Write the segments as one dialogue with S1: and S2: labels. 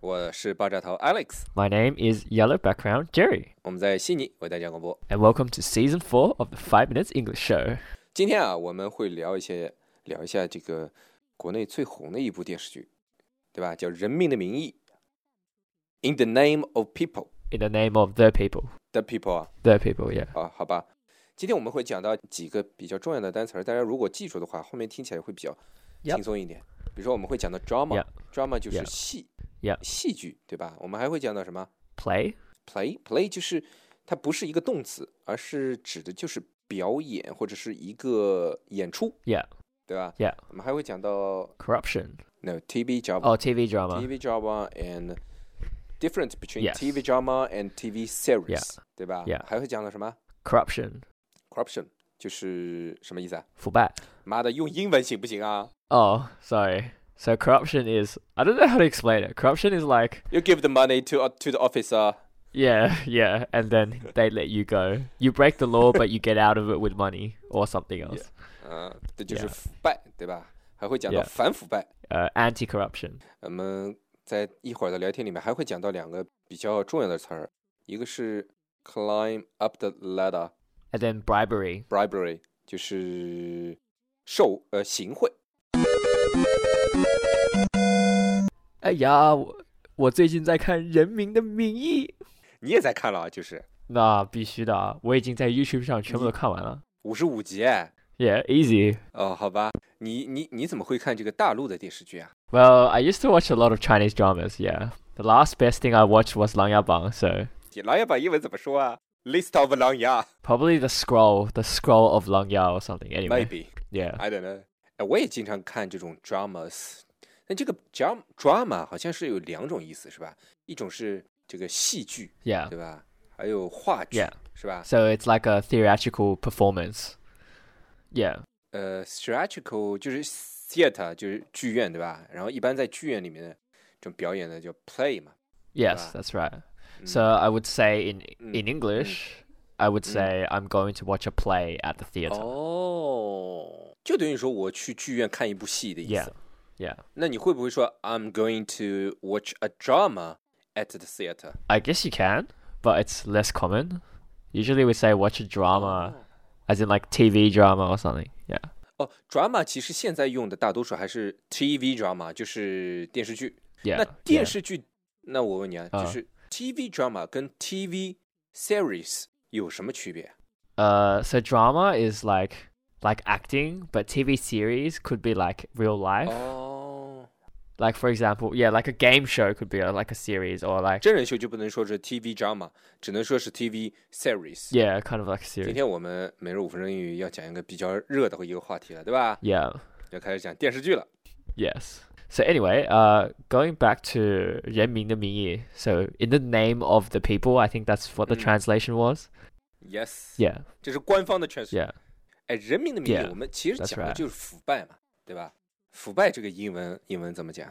S1: 我是爆炸头 Alex，
S2: my name is Yellow Background Jerry,
S1: 我们在悉尼为大家广播。
S2: and welcome to season four of the Five Minutes English Show.
S1: 今天啊，我们会聊一些聊一下这个国内最红的一部电视剧，对吧？叫《人民的名义》，In the Name of People，
S2: In the name of the people,
S1: the people 啊。
S2: the people, yeah.
S1: 啊，好吧，今天我们会讲到几个比较重要的单词儿，大家如果记住的话，后面听起来会比较
S2: Yep.
S1: 轻松一点。比如说我们会讲到 drama，drama
S2: Yep.
S1: 就是
S2: Yep.
S1: 戏
S2: Yep.
S1: 戏剧，对吧？我们还会讲到什么
S2: Play,
S1: play，play 就是它不是一个动词，而是指的就是表演或者是一个演出，
S2: yeah.
S1: 对吧
S2: Yep.
S1: 我们还会讲到
S2: Corruption.
S1: no TV
S2: Oh,
S1: drama，TV
S2: TV drama.
S1: drama and difference between
S2: Yes.
S1: TV drama and TV series，、对吧
S2: Yep.
S1: 还会讲到什么
S2: Corruption.
S1: corruption 就是什么意思啊？
S2: 腐败.
S1: 妈的，用英文行不行啊
S2: Oh, sorry. So corruption is I don't know how to explain it. Corruption is like
S1: ？You give the money to uh, to the officer.
S2: yeah, yeah, and then they let you go. You break the law, but you get out of it with money or something else.
S1: 嗯、这就是
S2: Yeah.
S1: 腐败，对吧？还会讲到
S2: Yeah.
S1: 反腐败。
S2: Uh, anti-corruption.
S1: 我们在一会儿的聊天里面还会讲到两个比较重要的词儿，一个是 climb up the ladder
S2: And then bribery.
S1: bribery，就是受呃行贿。
S2: 哎呀，我 Uh, 我最近在看《人民的名义》。
S1: 你也在看了啊，就是
S2: 那必须的啊，我已经在 YouTube 上全部都看完了。
S1: 五十五集哎。
S2: Yeah, easy.
S1: 哦，好吧，你你你怎么会看这个大陆的电视剧啊？
S2: Well, I used to watch a lot of Chinese dramas. Yeah, the last best thing I watched was 琅琊榜 So
S1: 琅琊榜英文怎么说啊？List of 琅琊
S2: probably the scroll, the scroll of 琅琊 or something. Anyway,
S1: maybe。
S2: yeah,
S1: I don't know。哎，我也经常看这种 dramas，但这个 dram drama 好像是有两种意思，是吧？一种是这个戏剧，
S2: yeah.
S1: 对吧？还有话剧
S2: 啊 Yeah
S1: 是吧？
S2: So it's like a theatrical performance. Yeah,
S1: 呃，theatrical 就是 theater 就是剧院，对吧？然后一般在剧院里面的这种表演的叫 play 嘛。
S2: yes,
S1: Right.
S2: that's right.
S1: 嗯
S2: So I would say in
S1: Mm,
S2: in
S1: mm,
S2: English, I would
S1: mm. Oh,
S2: say I'm going to watch a play at the theater.
S1: 哦，就等于说我去剧院看一部戏的意
S2: Yeah,
S1: 思。
S2: yeah.
S1: 那你会不会说 I'm going to watch a drama at the theater？
S2: I guess you can, but it's less common. Usually we say watch a drama,
S1: Oh.
S2: as in like TV drama or something. Yeah.
S1: 哦，drama 其实现在用的大多数还是 TV drama，就是电视剧。
S2: Yeah.
S1: 那
S2: yeah.
S1: 电视剧，那我问你啊，就
S2: 啊
S1: 是 TV drama 跟 TV series 有什么区别？啊
S2: Uh, so drama is like like acting, but TV series could be like real life.
S1: Oh. 哦，
S2: Like for example, yeah, like a game show could be uh, like a series or like
S1: 真人秀就不能说是 TV drama，只能说是 TV series。
S2: yeah, kind of like a
S1: 今
S2: series.
S1: 天我们每日五分钟英语要讲一个比较热的一个话题了，对吧？
S2: Yeah.
S1: 要开始讲电视剧了。
S2: Yes. So anyway, uh, going back to 人民的名义, so in the name of the people, I think that's what the
S1: Mm.
S2: translation was.
S1: Yes，
S2: Yeah,
S1: 这是官方的诠释。
S2: yeah,
S1: 哎，人民的名义，
S2: Yeah，
S1: 我们其实
S2: that's
S1: 讲的
S2: right
S1: 就是腐败嘛，对吧？腐败这个英文英文怎么讲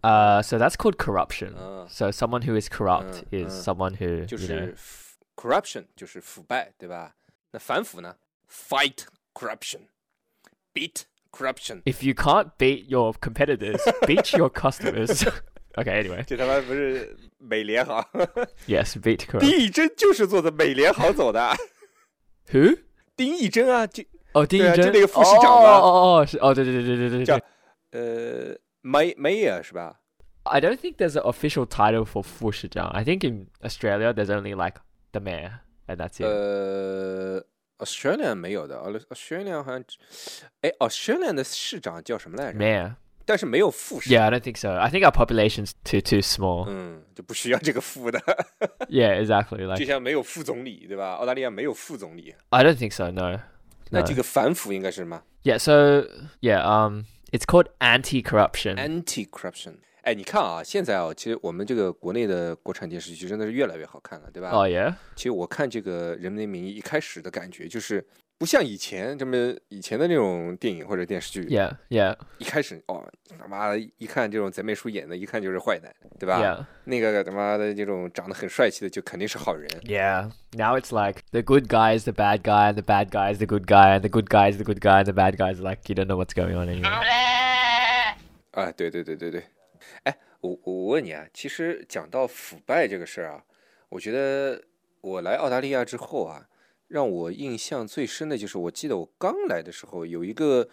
S1: 啊？
S2: Uh, so that's called corruption.
S1: Ah.
S2: so someone who is corrupt
S1: Mm,
S2: is
S1: mm.
S2: someone who
S1: 就
S2: Ah, you know,
S1: 是 f- corruption，就是腐败，对吧？那反腐呢？Fight corruption，beat corruption。
S2: if you can't beat your competitors, beat your customers. okay, anyway,
S1: 这他妈不是美联航，
S2: yes, beat corrupt.
S1: 丁义珍就是坐着美联航走的。
S2: Who?
S1: 丁义珍啊，就
S2: Oh, 丁义
S1: 对啊，
S2: 珍
S1: 就
S2: Oh,
S1: 那个副市长嘛。叫-
S2: 哦哦哦哦，是哦，对对对对对对。
S1: 呃梅梅耶是吧？
S2: I don't think there's an official title for 副市长. I think in Australia there's only like the mayor, and that's it.
S1: 呃，Australia 没有的，Aus-，Australia 好像只，哎，Australia 的市长叫什么来着？
S2: mayor.
S1: 但是没有副市，
S2: Yeah, I don't think so. I think our population's too too small.
S1: 嗯，就不需要这个副的，
S2: Yeah, exactly.
S1: 就
S2: Like
S1: 像没有副总理，对吧？澳大利亚没有副总理，
S2: I don't think so. No.
S1: 那
S2: No.
S1: 这个反腐应该是什么
S2: Yeah, so yeah, um it's called anti-corruption.
S1: ？Anti corruption。哎，你看啊，现在啊，其实我们这个国内的国产电视剧真的是越来越好看了，对吧？
S2: Oh yeah.
S1: 其实我看这个《人民的名义》一开始的感觉就是不像以前这么以前的那种电影或者电视剧，
S2: Yeah. Yeah.
S1: 一开始哦他妈的一看这种贼美术演的，一看就是坏蛋，对吧
S2: Yeah.
S1: 那个他妈的这种长得很帅气的就肯定是好人，
S2: Yeah. Now it's like the good guy is the bad guy, and the bad guy is the good guy, and the good guy is the good guy, and the bad guy is like you don't know what's going on anymore.
S1: 啊，对对对对对，哎，我我问你啊，其实讲到腐败这个事儿啊，我觉得我来澳大利亚之后啊，让我印象最深的就是，我记得我刚来的时候有一个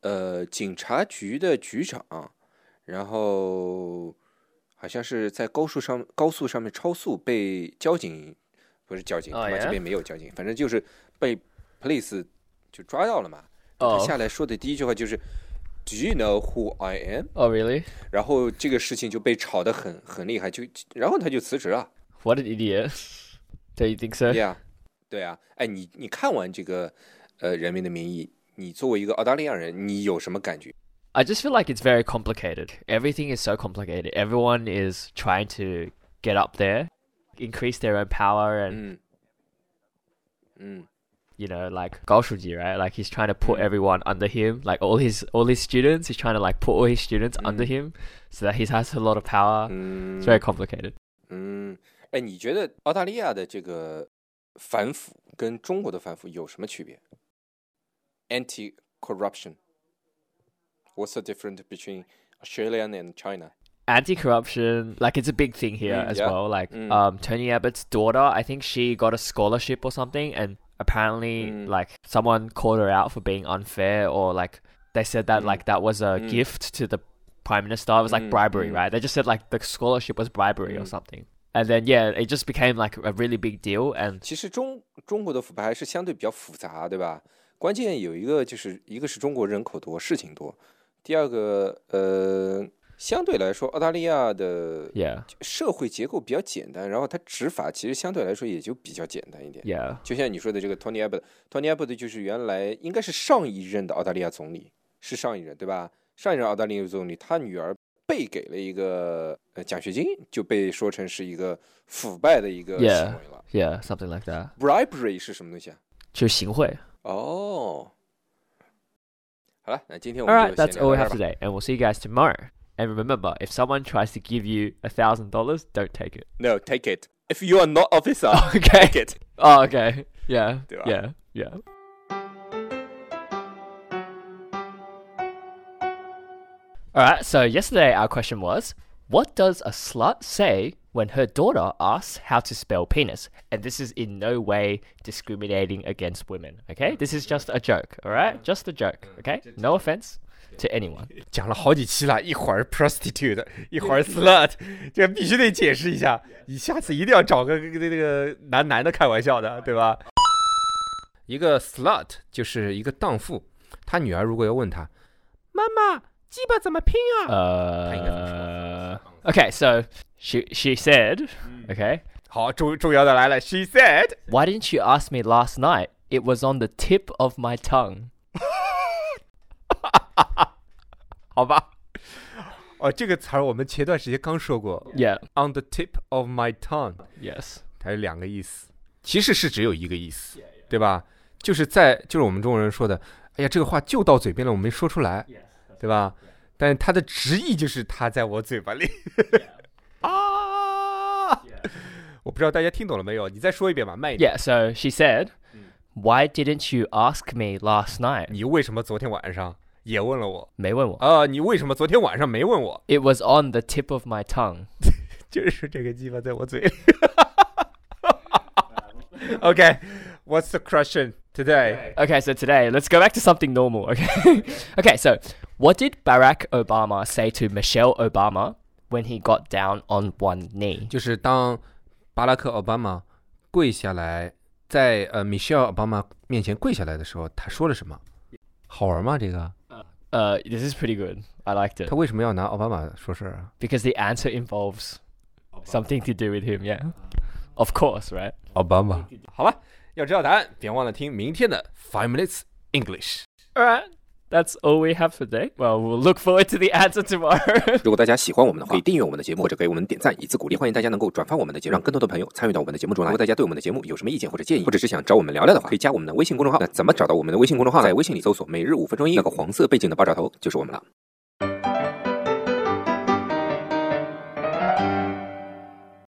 S1: 呃警察局的局长，然后好像是在高速上高速上面超速被交警不是交警，
S2: 哦
S1: 他妈这
S2: 耶
S1: 边没有交警，反正就是被 police 就抓到了嘛。他
S2: Oh.
S1: 下来说的第一句话就是 “Do you know who I am？”
S2: Oh really?
S1: 然后这个事情就被炒得很很厉害，就然后他就辞职了。
S2: What an idiot. Don't you think so?
S1: 对呀、对啊，哎，你你看完这个呃《人民的名义》，你作为一个澳大利亚人，你有什么感觉？
S2: I just feel like it's very complicated. Everything is so complicated. Everyone is trying to get up there, increase their own power, and
S1: 嗯嗯
S2: you know, like Gao Shuji, right? Like he's trying to put everyone under him, like all his all his students. He's trying to like put all his students under him, so that he has a lot of power. It's
S1: 嗯
S2: very complicated.
S1: 嗯，哎，你觉得澳大利亚的这个反腐跟中国的反腐有什么区别？Anti corruption. What's the difference between Australian and China?
S2: Anti-corruption, like it's a big thing here
S1: Mm,
S2: as
S1: yeah.
S2: well. Like
S1: Mm.
S2: um, Tony Abbott's daughter, I think she got a scholarship or something, and apparently,
S1: Mm.
S2: like someone called her out for being unfair, or like they said that
S1: Mm.
S2: like that was a
S1: Mm.
S2: gift to the prime minister. It was like
S1: Mm,
S2: bribery,
S1: mm.
S2: right? They just said like the scholarship was bribery or
S1: Mm.
S2: something. And then yeah, it just became like a really big deal, and
S1: 其实中中国的腐败还是相对比较复杂，对吧？关键有一个就是一个是中国人口多，事情多；第二个呃，相对来说澳大利亚的
S2: yeah,
S1: 社会结构比较简单，然后它执法其实相对来说也就比较简单一点。
S2: yeah.
S1: 就像你说的这个 Tony Abbott，Tony Abbott 就是原来应该是上一任的澳大利亚总理，是上一任对吧？上一任澳大利亚总理，他女儿被给了一个呃奖学金，就被说成是一个腐败的一个行
S2: Yeah
S1: 为了。
S2: Yeah, something like that.
S1: Bribery 是什么东西啊？
S2: 就行贿.
S1: 哦，好了，那今天我
S2: All
S1: 们
S2: right,
S1: 就先
S2: that's
S1: 聊
S2: all we
S1: 到
S2: have
S1: 这儿吧。
S2: today, and we'll see you guys tomorrow. And remember, if someone tries to give you a thousand dollars, don't take it.
S1: No, take it. If you are not officer,
S2: Okay.
S1: take it.
S2: Oh, okay. Yeah.
S1: Do I?
S2: Yeah. Yeah. All right. So yesterday our question was, what does a slut say when her daughter asks how to spell penis? And this is in no way discriminating against women. Okay, this is just a joke. All right, just a joke. Okay, no offense to anyone.
S3: 讲了好几期了，一会儿 prostitute，一会儿 slut，这 必须得解释一下。你下次一定要找个那个男男的开玩笑的，对吧？一个 slut 就是一个荡妇，她女儿如果要问她妈妈鸡巴怎么拼啊？
S2: Uh, okay, so she she said, okay,
S3: 好，重重要的来了，she said，
S2: Why didn't you ask me last night? It was on the tip of my tongue.
S3: 好吧。哦，这个词儿我们前段时间刚说过
S2: Yeah.
S3: ，on the tip of my tongue。
S2: Yes.
S3: 它有两个意思，其实是只有一个意思，对吧？就是在就是我们中国人说的，哎呀，这个话就到嘴边了，我没说出来，对吧？但它的直译就是它在我嘴巴里， 啊！我不知道大家听懂了没有？你再说一遍吧，慢一点。
S2: Yeah. So she said, "Why didn't you ask me last
S1: Mm.
S2: night?"
S3: 你为什么昨天晚上也问了我？
S2: 没问我.
S3: 啊、你为什么昨天晚上没问我？
S2: It was on the tip of my tongue.
S3: 就是这个鸡巴在我嘴 里。OK，What's、the question today？
S2: Okay. So today, let's go back to something normal. Okay. okay. So, what did Barack Obama say to Michelle Obama when he got down on one knee?
S3: 就是当巴拉克奥巴马跪下来，在呃米歇尔奥巴马面前跪下来的时候，他说了什么？好玩吗？这个
S2: Uh, this is pretty good. I liked it
S3: 他为什么要拿奥巴马说事儿啊？
S2: because the answer involves something to do with him. Yeah. Of course, right?
S3: 奥巴马，好吧，要知道答案，别忘了听明天的 Five Minutes English。
S2: All right. That's all we have for today. Well, we'll look forward to the answer tomorrow.
S1: 如果大家喜欢我们的话，可以订阅我们的节目或者给我们点赞以资鼓励。欢迎大家能够转发我们的节目，让更多的朋友参与到我们的节目中来。如果大家对我们的节目有什么意见或者建议，或者是想找我们聊聊的话，可以加我们的微信公众号。那怎么找到我们的微信公众号？在微信里搜索“每日五分钟英语”，那个黄色背景的爆炸头就是我们了。